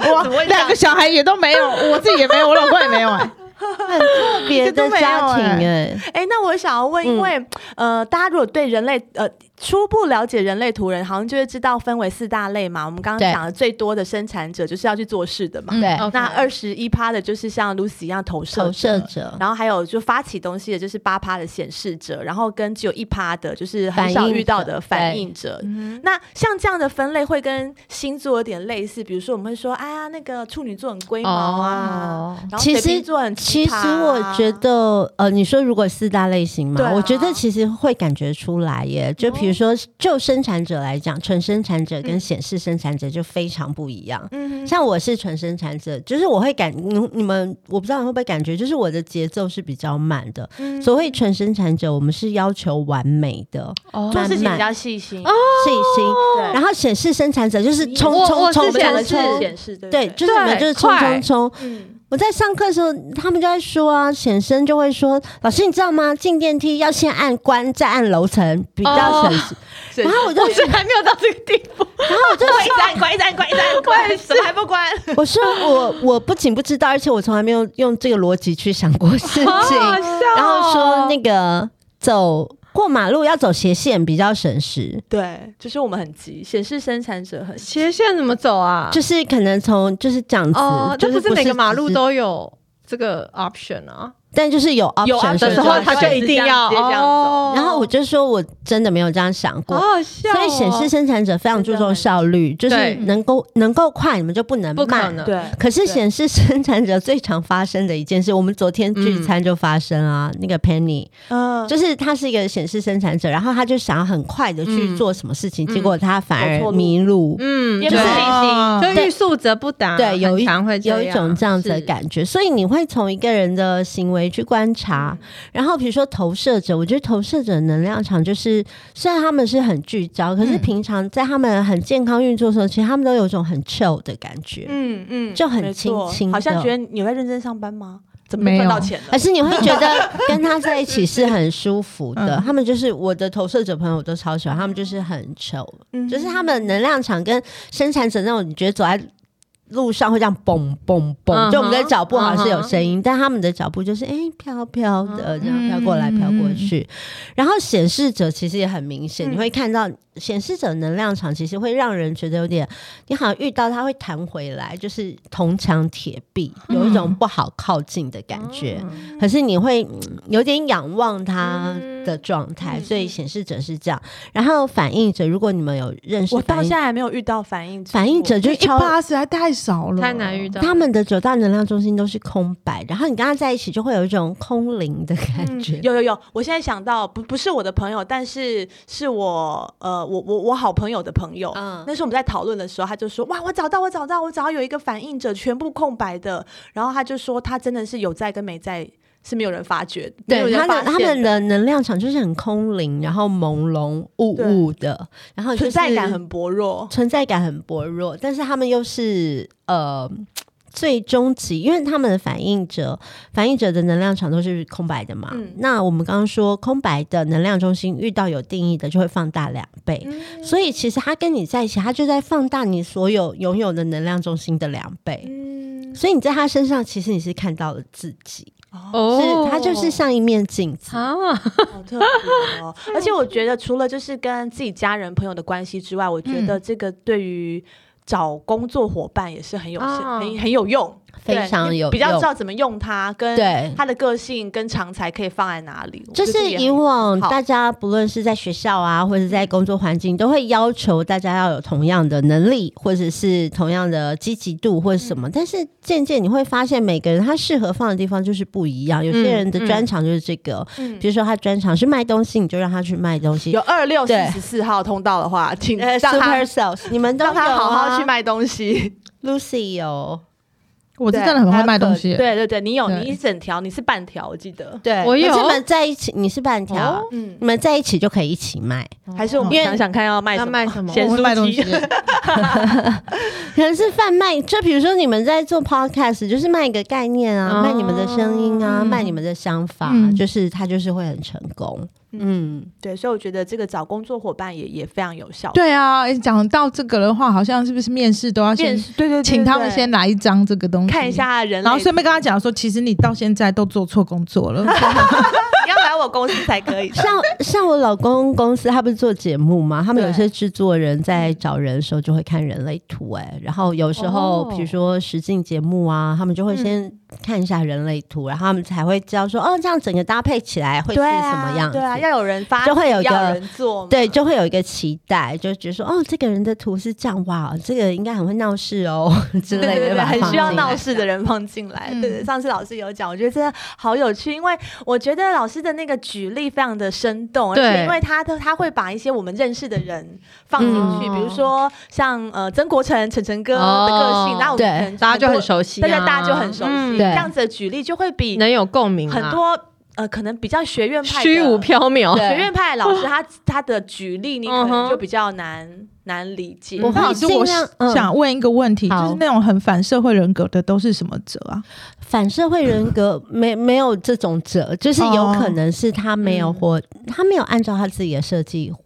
怎么会我这样两个小孩也 都没有，我自己也没有，我老公也没有哎。很特别的家 庭这都没有哎、 哎、那我想要问，嗯因为、呃，大家如果对人类呃初步了解人类图人，好像就会知道分为四大类嘛。我们刚刚对讲的最多的生产者就是要去做事的嘛。嗯对， OK 那二十一趴的就是像 Lucy 一样投射投者射者。然后还有就发起东西的，就是八趴的显示者，然后跟只有一趴的，就是很反应少遇到的者反对应者。那像这样的分类会跟星座有点类似，比如说我们会说，哎呀，那个处女座很龟毛啊，哦然后其水瓶实座很奇其实葩啊我觉得，呃，你说如果四大类型嘛，对啊我觉得其实会感觉出来耶。就比如说，就生产者来讲，纯生产者跟显示生产者就非常不一样。嗯哼像我是纯生产者，就是我会感你你们，我不知道你会不会感觉，就是我的节奏是比较慢的。嗯所谓纯生产者，我们是要求完美的，做哦慢事情比慢较细心，细心，对然后显示生产者就是冲我冲我是冲显冲示冲，显示对不对，对，就是你们就是冲快冲冲。嗯，我在上课的时候，他们就在说啊，显生就会说，老师你知道吗？进电梯要先按关，再按楼层，比较省时。哦然然后我就，是还没有到这个地步，然后我就，关一盏，关一盏，关一盏，关，怎么还不关？我说我我不仅不知道，而且我从来没有用这个逻辑去想过事好情。好笑。哦然后说那个走过马路要走斜线比较省时，对，就是我们很急，显示生产者很急。斜线怎么走啊？就是可能从就是这样子，哦，这就不是每个马路只是都有这个 option 啊，但就是有 option 有 option 所的以时候就他就选一定要直接这样哦走然后我就说我真的没有这样想过。好好笑哦，所以显示生产者非常注重效率，就是对能够能够快，你们就不能不可慢。能，对，可是显示生产者最常发生的一件事，我们昨天聚餐就发生啊，那个 Penny 嗯，就是他是一个显示生产者，然后他就想要很快的去嗯做什么事情，嗯结果他反走错而路迷路。嗯，也就不是是哦就欲速则不达，对有一很常会这有一种这样子的是感觉，所以你会从一个人的行为去观察，然后比如说投射者，我觉得投射者能量场就是虽然他们是很聚焦，可是嗯平常在他们很健康运作的时候，其实他们都有一种很 chill 的感觉，嗯嗯，就很没轻错轻好像的觉得你有在认真上班吗？怎么没就赚有到钱了而？是你会觉得跟他在一起是很舒服的。嗯他们就是我的投射者朋友，我都超喜欢，他们就是很 chill，嗯就是他们能量场跟生产者那种，你觉得走在路上会这样嘣嘣嗯嘣，哼就我们的脚步好像是有嗯哼声音，但他们的脚步就是哎飘飘的这样嗯飘过来飘过嗯去。然后显示者其实也很明显，嗯你会看到显示者能量场其实会让人觉得有点，你好像遇到他会弹回来，就是铜墙铁壁，有一种嗯嗯不好靠近的感觉。可是你会嗯有点仰望他，的状态，所以显示者是这样。然后反应者，如果你们有认识我到反应现在还没有遇到反应者，反应者就是一超趴实在太少了，太难遇到他们的九大能量中心都是空白，然后你跟他在一起就会有一种空灵的感觉。嗯有有有，我现在想到不不是我的朋友，但是是我呃我我我好朋友的朋友。嗯那时候我们在讨论的时候，他就说哇我找到我找到我找到有一个反应者全部空白的，然后他就说他真的是有在跟没在是没有人发觉，没有对人他的发他现们的能量场就是很空灵，然后朦胧雾雾的，然后、就存是在感很薄弱。存在感很薄弱，但是他们又是呃最终极，因为他们的反应者反应者的能量场都是空白的嘛。嗯那我们刚刚说空白的能量中心遇到有定义的就会放大两倍，嗯所以其实他跟你在一起，他就在放大你所有拥有的能量中心的两倍。嗯，所以你在他身上，其实你是看到了自己，哦是他就是像一面镜子。哦啊，好特别哦！而且我觉得，除了就是跟自己家人、朋友的关系之外，我觉得嗯这个对于找工作伙伴也是很有、哦很很有用，非对常你啊有比较用知道怎么用它，跟对，他的个性跟长才可以放在哪里。我觉就得这是也以很往好大家不论是在学校啊，或者是在工作环境，都会要求大家要有同样的能力，或者是同样的积极度或者什嗯么。但是渐渐你会发现，每个人他适合放的地方就是不一样。有些人的专长就是这个，嗯比如说他专长是卖东西，你就让他去卖东西。有二六四对十四号通道的话，请呃让他、 ，super sales，你们都让他有好好啊去。卖东 西。 Lucy 有，我是对真的很还会有卖东可西，对对对，你有对你一整条，你是半条，我记得。对我有可是你们在一起，你是半条，哦嗯，你们在一起就可以一起卖。还是我们因为想想看要卖要什么？卖什 么咸我会卖酥东 西鸡。，可能是贩卖，就比如说你们在做 podcast，就是卖一个概念啊，哦卖你们的声音啊，嗯卖你们的想法，嗯就是它就是会很成功。嗯，对，所以我觉得这个找工作伙伴也也非常有效。对啊，讲到这个的话，好像是不是面试都要面先试，对对对，请他们对先来一张这个东西看一，下人类，然后顺便跟他讲说，其实你到现在都做错工 作了，你要来我公司才可以。像像我老公公司，他不是做节目嘛，他们对有些制作人在找人的时候就会看人类图、哎，然后有时候哦比如说实境节目啊，他们就会先嗯看一下人类图，然后他们才会知道说，哦，这样整个搭配起来 会是对啊什么样子。对啊，要有人发起，就会有一个要人做嘛，对，就会有一个期待，就觉得说，哦，这个人的图是这样，哇，这个应该很会闹事哦 之对类的，对对，把它很放需要进来闹事的人放进来。嗯对对，上次老师有讲，我觉得真的好有趣，因为我觉得老师的那个举例非常的生动，而且对因为他的他会把一些我们认识的人放进去，嗯比如说像呃曾国成、晨晨哥的个性，哦那我们可能大家就多很熟悉啊，大家大家就很熟悉，嗯这对样子的举例就会比能有共鸣啊，很多呃可能比较学院派的虚无缥缈，学院派老师他他的举例，你可嗯能哼就比较难难理解。我那会老师，我尽量嗯想问一个问题，好就是那种很反社会人格的都是什么者啊？反社会人格没没有这种者，就是有可能是他没有活，他没有按照他自己的设计活。嗯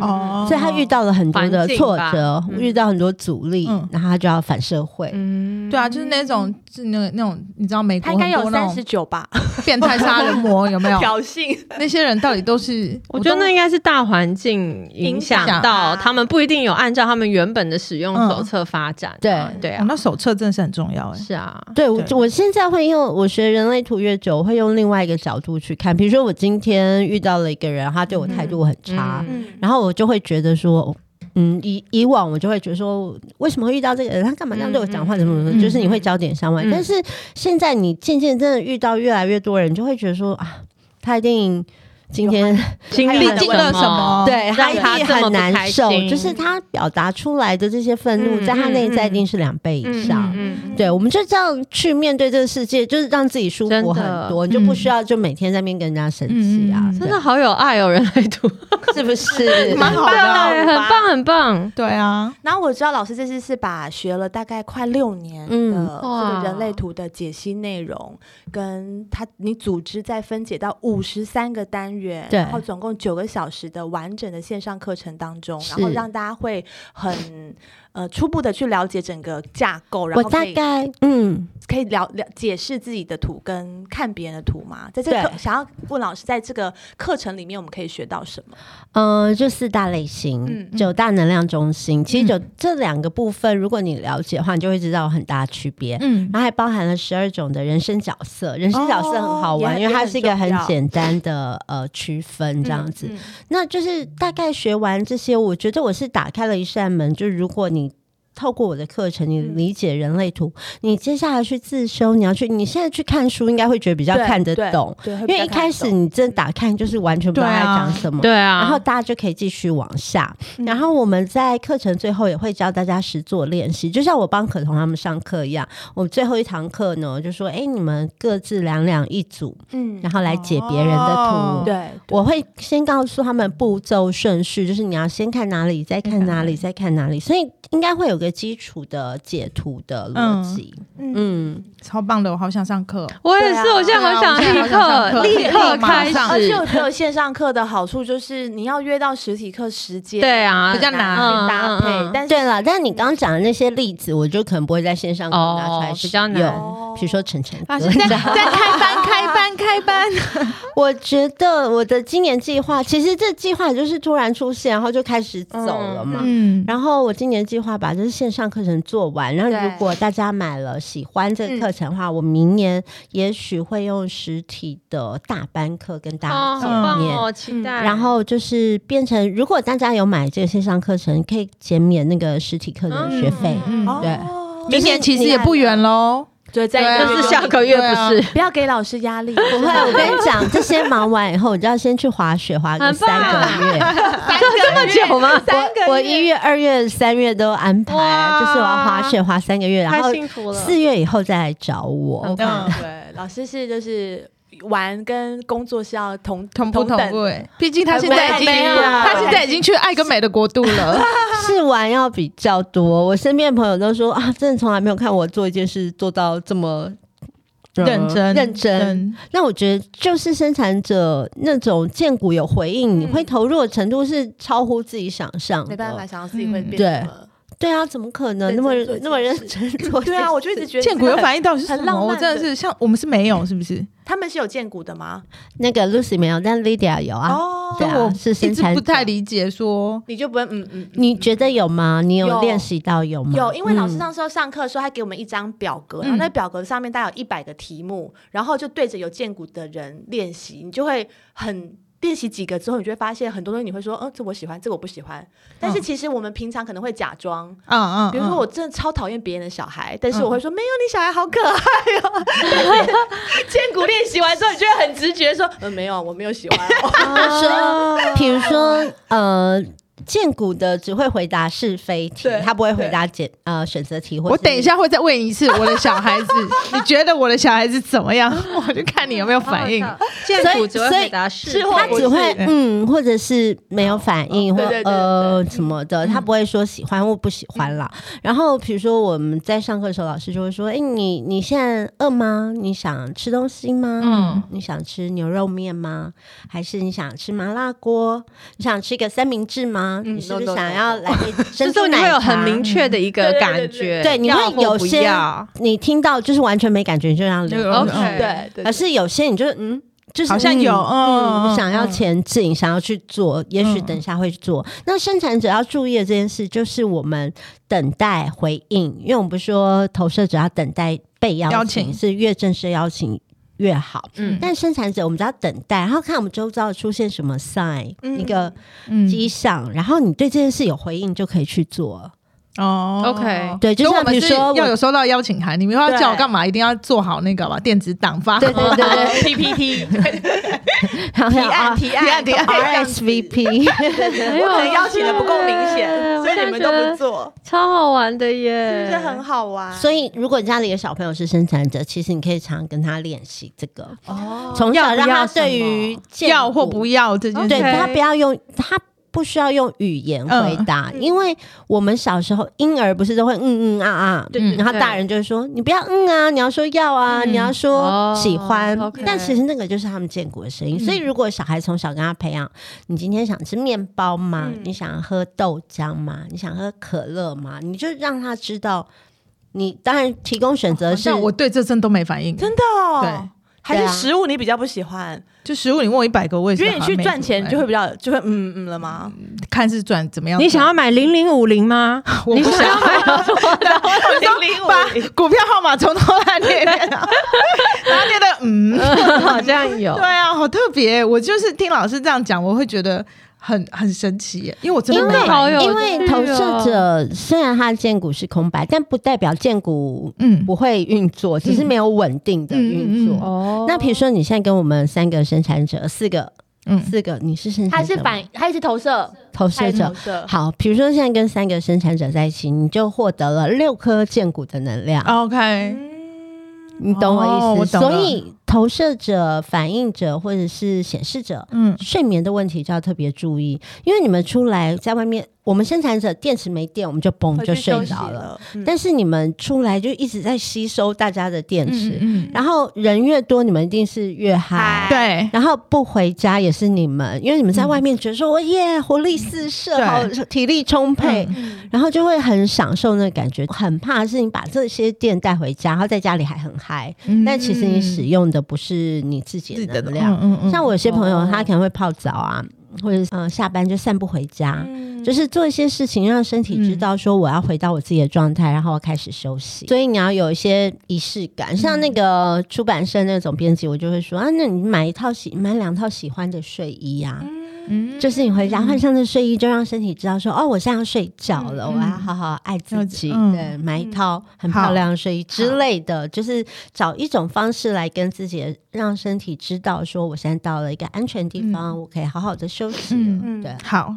哦，所以他遇到了很多的环境挫吧折，嗯遇到很多阻力，嗯然后他就要反社会。 嗯对啊，就是那种是那个那种，你知道美他国应该很有多那三十种九吧，变态杀人魔有 没嗯有？挑衅。那些人到底都是？我觉得那应该是大环境影响影响到啊他们，不一定有按照他们原本的使用手册发展啊。对对讲啊，到哦手册真的是很重要哎、是啊，对我对我现在会用我学人类图越久，我会用另外一个角度去看。比如说我今天遇到了一个人，他对我态度很差，嗯嗯，然后我就会觉得说，嗯，以以往我就会觉得说，为什么会遇到这个人？他干嘛这样对我讲话？嗯怎么怎么？嗯就是你会焦点相外。嗯但是现在你渐渐真的遇到越来越多人，你就会觉得说啊，他一定今天经历历了经了什么？对他让一他定这么很不难开受，心就是他表达出来的这些愤怒，嗯在他内在一嗯嗯定是两倍以上。嗯对，我们就这样去面对这个世界，就是让自己舒服很多，你嗯就不需要就每天在那边跟人家生气啊，嗯嗯嗯对真的好有爱哦，人类图，是不 是？蛮好的啊、对，很棒，很棒。对啊，然后我知道老师这次是把学了大概快六年的嗯这个哇人类图的解析内容，跟他你组织再分解到五十三个单元，对然后总共九个小时的完整的线上课程当中，然是后让大家会很呃初步的去了解整个架构，然我后大可以概嗯，可以了了解释自己的图跟看别人的图吗？在这对个课想要问老师，在这个课程里面我们可以学到什么？呃，就四大类型，嗯九大能量中心。其实九这两个部分，如果你了解的话，你就会知道有很大的区别。嗯它还包含了十二种的人生角色，人生角色很好玩，哦也因为它是一个也很很重要简单的呃区分这样子。嗯那就是大概学完这些，我觉得我是打开了一扇门。就是如果你透过我的课程，你嗯理解人类图，你接下来去自修，你要去，你现在去看书，应该会觉得比较对看得对懂，对，会因比较为一看开得始懂你真的打开，你就是完全不知道对在啊讲什么。对啊，然后大家就可以继续往下，嗯然后我们在课程最后也会教大家实做练习，就像我帮可彤他们上课一样。我们最后一堂课呢，就说：“哎，你们各自两两一组，嗯然后来解别人的图。哦对我会先告诉他们步骤顺序，就是你要先看哪里，再看哪里，再看哪里，所以应该会有个基础的解图的逻辑。嗯嗯，超棒的，我好想上课哦。我也对啊是，我现在好想对啊我立现在好想上课刻立刻开立刻马上而且我始，觉得有线上课的好处就是你要约到实体课时间，对啊，比较难嗯去搭配，但是对了，但你刚刚讲的那些例子，我就可能不会在线上拿出来哦使比较难用哦比如说晨晨啊！哥现，在在 开班，开班，开班！我觉得我的今年计划，其实这计划就是突然出现，然后就开始走了嘛。嗯，然后我今年计划把就是线上课程做完，然后对如果大家买了喜欢这个课程的话，我明年也许会用实体的大班课跟大哦，家好见棒面。哦，期待。然后就是变成，如果大家有买这个线上课程，可以减免那个实体课的学费。嗯哦对明年其实也不远喽。对，在对啊就是下个月不是不要给老师压力，不不会，我跟你讲，这些忙完以后，你就要先去滑雪，滑个很三棒个月。 这么久吗？我我一月、二月、三月都安排，哇就是我要滑雪滑三个月，然后福四月以后再来找我。很棒嗯， 对，老师是就是玩跟工作是要同同不同等步？哎毕竟他现在已经，没有啊他现在已经去爱跟美的国度了。 试玩要比较多，我身边的朋友都说啊，真的从来没有看我做一件事做到这么。呃认真，认嗯真。，那我觉得就是生产者那种见骨有回应，嗯你会投入的程度是超乎自己想象的。没办法，想到自己会嗯变对什么对啊，怎么可能认那真么做一件那么认事真做？ 对啊，，我就一直觉得建国有反应到底是很什浪么？漫我真的是像我们是没有，是不是？他们是有见骨的吗？那个 Lucy 没有，但 Lydia 有啊。哦对啊我是一生直产不者太理解说，你就不会嗯嗯嗯，你觉得有吗？你有有练习到有吗？有，因为老师嗯上时候上课的时候，他给我们一张表格，然后那表格上面大概有一百个题目，然后就对着有见骨的人练习，你就会很。练习几个之后，你就会发现很多东西，你会说，嗯，这我喜欢，这个我不喜欢。但是其实我们平常可能会假装，嗯嗯，比如说嗯我真的超讨厌别人的小孩，但是嗯我会说、没有，你小孩好可爱哦。 千古练习完之后，你就会很直觉地说，嗯，没有，我没有喜欢。哦 说，比如说，呃，建股的只会回答是非题对，他不会回答简呃选择题或。我等一，下会再问一次我的小孩 子，你觉得我的小孩子怎么样？ 我就看你有没有反应。建所以谷只会所以回答是是或非他不只会是嗯，或者是没有反应，或对对对嗯呃什么的，他不会说喜欢或不喜欢啦。然后比如说我们在上课的时候，老师就会说：“哎，你你现在饿吗？你想吃东西吗？”嗯，你想吃牛肉面吗？还是你想吃麻辣锅？你想吃一个三明治吗？嗯你是不是 no, no, no, 想要来杯就 珍珠是你奶会茶？有很明确的一个嗯感觉，对对对对你会要或有不些 要你听到就是完全没感觉，你就让那留个。 OK 嗯对对可是有些你就是嗯，就是好像有嗯嗯嗯想要嗯前进，想要去做，也许等一下会去做。那生产者要注意的这件事，就是我们等待回应，因为我们不是说投射者要等待被邀邀请，请是越正式邀请越好。嗯，但生产者，我们只要等待，然后看我们周遭出现什么 sign，、嗯一个嗯迹象，然后你对这件事有回应，就可以去做。哦 OK 对就所以像我们比如是说我要有收到邀请函，你们要对叫我干嘛？一定要做好那个吧，电子档发。 对对对对， ，PPT 然后提要案提案 提案提 RSVP，我啊可能邀请的不够明哎显，所以你们都不做，超好玩的耶，这很好玩。 所以如果家里的小朋友是生产者，其实你可以常跟他练习这个，哦从小要不让他要什么对于 要或不要，要这件事，对 OK 他不要用他不需要用语言回答，嗯因为我们小时候婴儿不是都会嗯嗯啊啊，对对然后对大人就会说你不要嗯啊，你要说要啊，嗯你要说哦喜欢， OK 但其实那个就是他们见骨的声音。嗯所以如果小孩从小跟他培养，你今天想吃面包吗？嗯你想喝豆浆吗？你想喝可乐吗？你就让他知道。你当然提供选择是像我对这真都没反应，真的哦。对还对是啊食物你比较不喜欢，就食物你问我一百个，我也是因为你好像去没赚钱什么就会比较就会嗯嗯了吗？看是赚怎么样赚。你想要买零零五零吗？我你不想要想买多少？零零把 股票号码从头来念一遍啊，然后念的嗯，好像有对。啊，好特别。我就是听老师这样讲，我会觉得很很神奇耶，因为我真的因为没反好有因为趣投哦射者虽然他的剑骨是空白，但不代表剑骨嗯不会运作，只是没有稳定的运嗯嗯嗯作。哦那比如说，你现在跟我们三个生产者，四个，嗯四个，你是生产他者是吗反，他是投射，投射者投。射。 好，比如说现在跟三个生产者在一起，你就获得了六颗剑骨的能量， OK，你懂我意思？啊哦我懂了所以投射者、反应者或者是显示者，嗯睡眠的问题就要特别注意，因为你们出来在外面，我们生产者电池没电，我们就嘣回嗯就去睡休息着了。了，嗯但是你们出来就一直在吸收大家的电池，嗯，然后人越多，你们一定是越嗨。嗨对，然后不回家也是你们，因为你们在外面觉得说，我、耶，活力四射，嗯对嗯好体力充沛，然后就会很享受那个感觉。很怕是你把这些电带回家，然后在家里还很嗨，嗯但其实你使用的不是你自己自己的的能能量量，，嗯嗯像我有些朋友，哦他可能会泡澡啊，或者嗯、呃下班就散步回家，嗯就是做一些事情，让身体知道说我要回到我自己的状态，然后我开始休息。嗯所以你要有一些仪式感，像那个出版社那种编辑，我就会说啊，那你买一套喜买两套喜欢的睡衣啊。嗯就是你回家换上这睡衣，就让身体知道说，哦，我现在要睡觉了，嗯我要好好爱自己，嗯对，买一套很漂亮的睡衣之类的，就是找一种方式来跟自己的，让身体知道说，我现在到了一个安全地方，我可以好好的休息了，嗯对。好，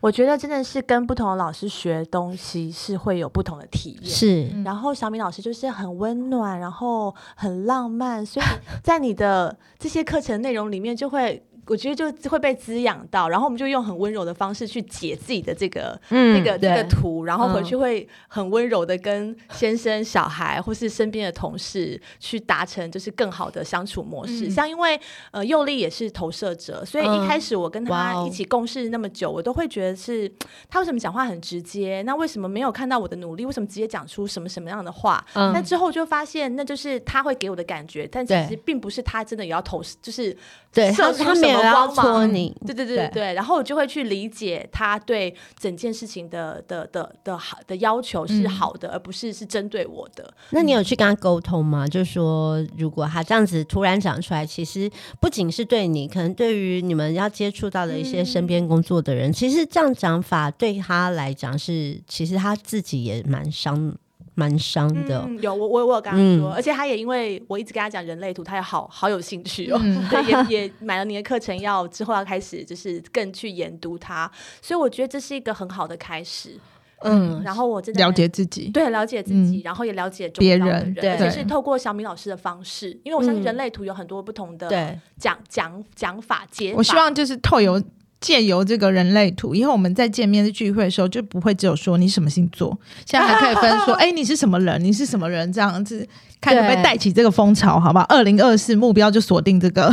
我觉得真的是跟不同的老师学东西是会有不同的体验。是，然后小米老师就是很温暖，然后很浪漫，所以在你的这些课程内容里面，就会我觉得就会被滋养到。然后我们就用很温柔的方式去解自己的这个、嗯这个这个对图，然后回嗯去会很温柔的跟先生、小孩或是身边的同事去达成就是更好的相处模式。嗯像因为呃佑丽也是投射者，所以嗯一开始我跟哇他哦一起共事那么久，我都会觉得是。他为什么讲话很直接？那为什么没有看到我的努力？为什么直接讲出什么什么样的话？嗯那之后就发现，那就是他会给我的感觉，但其对实并不是他真的也要投，就是对他射出他什没有么要光戳芒。你，对对对对对对，然后我就会去理解他对整件事情的的的的好的要求嗯是好的，而不是是针对我的。那你有去跟他沟通吗？就是说，如果他这样子突然讲出来，其实不仅是对你，可能对于你们要接触到的一些身边工作的人，其实这样讲法对他来讲是，其实他自己也蛮伤，蛮伤的。嗯，有我我我有跟他嗯说，而且他也因为我一直跟他讲人类图，他也好好有兴趣哦，嗯对，也也买了你的课程要，之后要开始就是更去研读它，所以我觉得这是一个很好的开始。嗯，然后我真的了解自己，对了解自己，然后也了解周别遭的人对嗯而且是透过小米老师的方式，因为我相信人类图有很多不同的对，讲讲讲法解法。我希望就是透由借由这个人类图，以后我们在见面的聚会的时候，就不会只有说你什么星座，现在还可以分 说，哎、你是什么人，你是什么人，这样子看可不可以带起这个风潮，好不好？二零二四目标就锁定这 个，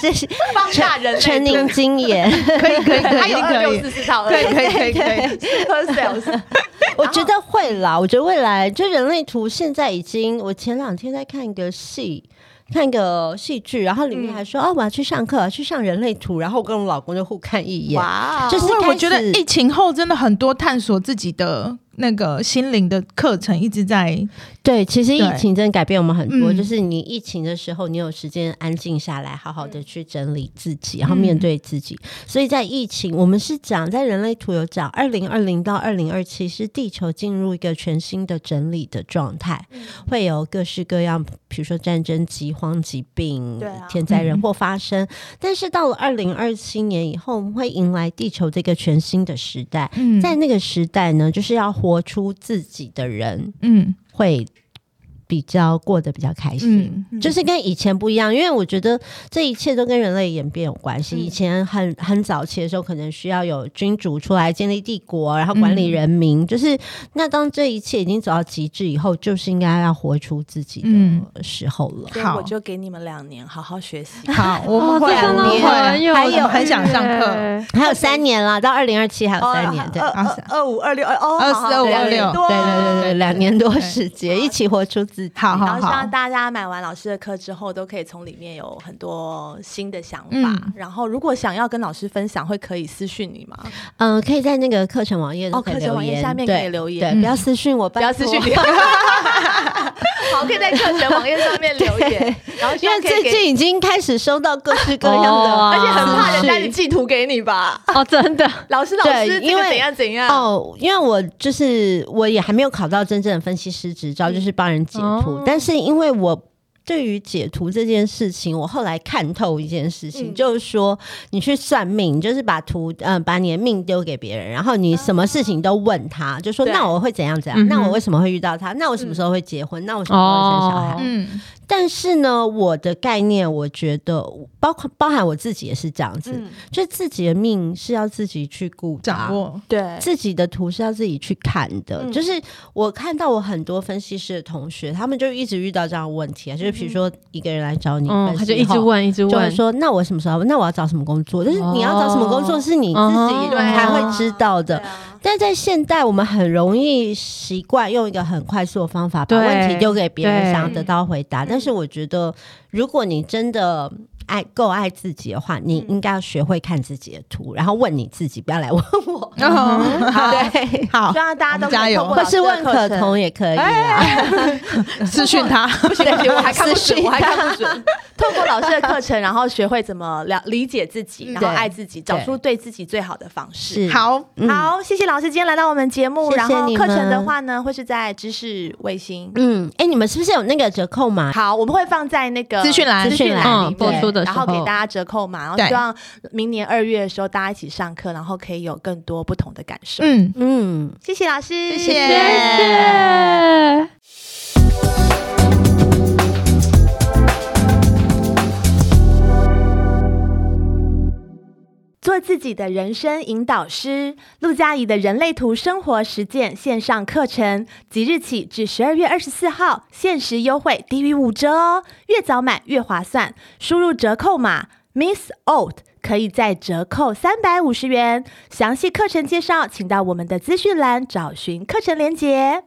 谢谢放大人类陈图，宁金也，可以，可以，可他有以，一定二可六以四。四套，对，可以，可以，可以，二 sales， 我觉得会啦，我觉得未来就人类图现在已经，我前两天在看一个戏。看一个戏剧，然后里面还说、哦，我要去上课，去上人类图，然后我跟我老公就互看一眼，哇哦，就是因为我开觉得始疫情后真的很多探索自己的那个心灵的课程一直在，对，其实疫对情真的改变我们很多，嗯就是你疫情的时候，你有时间安静下来，好好的去整理自己，然后嗯面对自己。所以在疫情，我们是讲在人类图有讲，二零二零到二零二七是地球进入一个全新的整理的状态，会有各式各样，比如说战争、饥荒、疾病、对啊天灾人嗯祸发生。但是到了二零二七年以后，我们会迎来地球这个全新的时代。嗯在那个时代呢，就是要活出自己的人，嗯会比较过得比较开心。嗯，就是跟以前不一样，因为我觉得这一切都跟人类演变有关系。嗯以前很很早期的时候，可能需要有君主出来建立帝国，然后管理人民。嗯就是那当这一切已经走到极致以后，就是应该要活出自己嗯的时候了。所以好我就给你们两年好好学习。好，我们哦会，真我的们很会，有还有很趣想上课，耶还有三年啦，到二零二七还有三年，对二啊是二二五二六二哦，二好好四二五对二六对对对对对，两年多时间，一起活出自己。好然好后希望好，大家买完老师的课之后，都可以从里面有很多新的想法。嗯然后，如果想要跟老师分享，会可以私讯你吗？嗯、可以在那个课程网页都哦可以课程留网页言，下面对可以留言对，嗯不要私讯我，不不要私讯你。 好，可以在课程网页上面留 言，然后希因望为可以最给，近已经开始收到各式各样的哦而且很怕人私讯家你寄图给你吧？哦，真的，老师，老对师，这因个为怎样怎样？哦，因为我就是我也还没有考到真正的分析师执照，嗯就是帮人解图。哦但是因为我对于解图这件事情，我后来看透一件事情，嗯就是说你去算命，你就是把图，嗯、把你的命丢给别人，然后你什么事情都问他，就说对那我会怎样怎样，嗯哼那我为什么会遇到他，那我什么时候会结嗯婚，那我什么时候会生小孩。哦嗯但是呢，我的概念，我觉得包括包含我自己也是这样子，嗯，就自己的命是要自己去顾的啊掌握，对，自己的图是要自己去看的，嗯就是我看到我很多分析师的同学，他们就一直遇到这样的问题啊，就是比如说一个人来找你嗯，分析后，他就一直问，一直就会问，说：“那我什么时候？那我要找什么工作？”就是哦你要找什么工作是你自嗯己哼才会知道的。啊对啊但在现代，我们很容易习惯用一个很快速的方法把对问题丢给别人，对想要得到回答。嗯但是我觉得，如果你真的爱够爱自己的话，你嗯应该要学会看自己的图，然后问你自己，不要来问我。哦 好对，好希，望大家都加可以油透过或老师是的问课可程彤也可以啊。私讯他，不行不行，我还看不私准， 讯我还看不准。 透过老师的课程，然后学会怎么了理解自己，然后对爱自己，找出对自己最好的方式。嗯是，好，嗯，好，谢谢老师今天来到我们节目。谢谢然后你课程的们话呢，会是在知识卫星。嗯，哎，你们是不是有那个折扣码？好，我们会放在那个资讯栏资讯栏嗯里播面出的时然后给候大家折扣码，然后对希望明年二月的时候大家一起上课，然后可以有更多不同的感受。嗯。嗯。谢谢老师，谢谢谢谢。做自己的人生引导师，陆佳怡的人类图生活实践线上课程，即日起至十二月二十四号，限时优惠低于五折哦，越早买越划算。输入折扣码 Miss Old 可以再折扣三百五十元。详细课程介绍，请到我们的资讯栏找寻课程连结。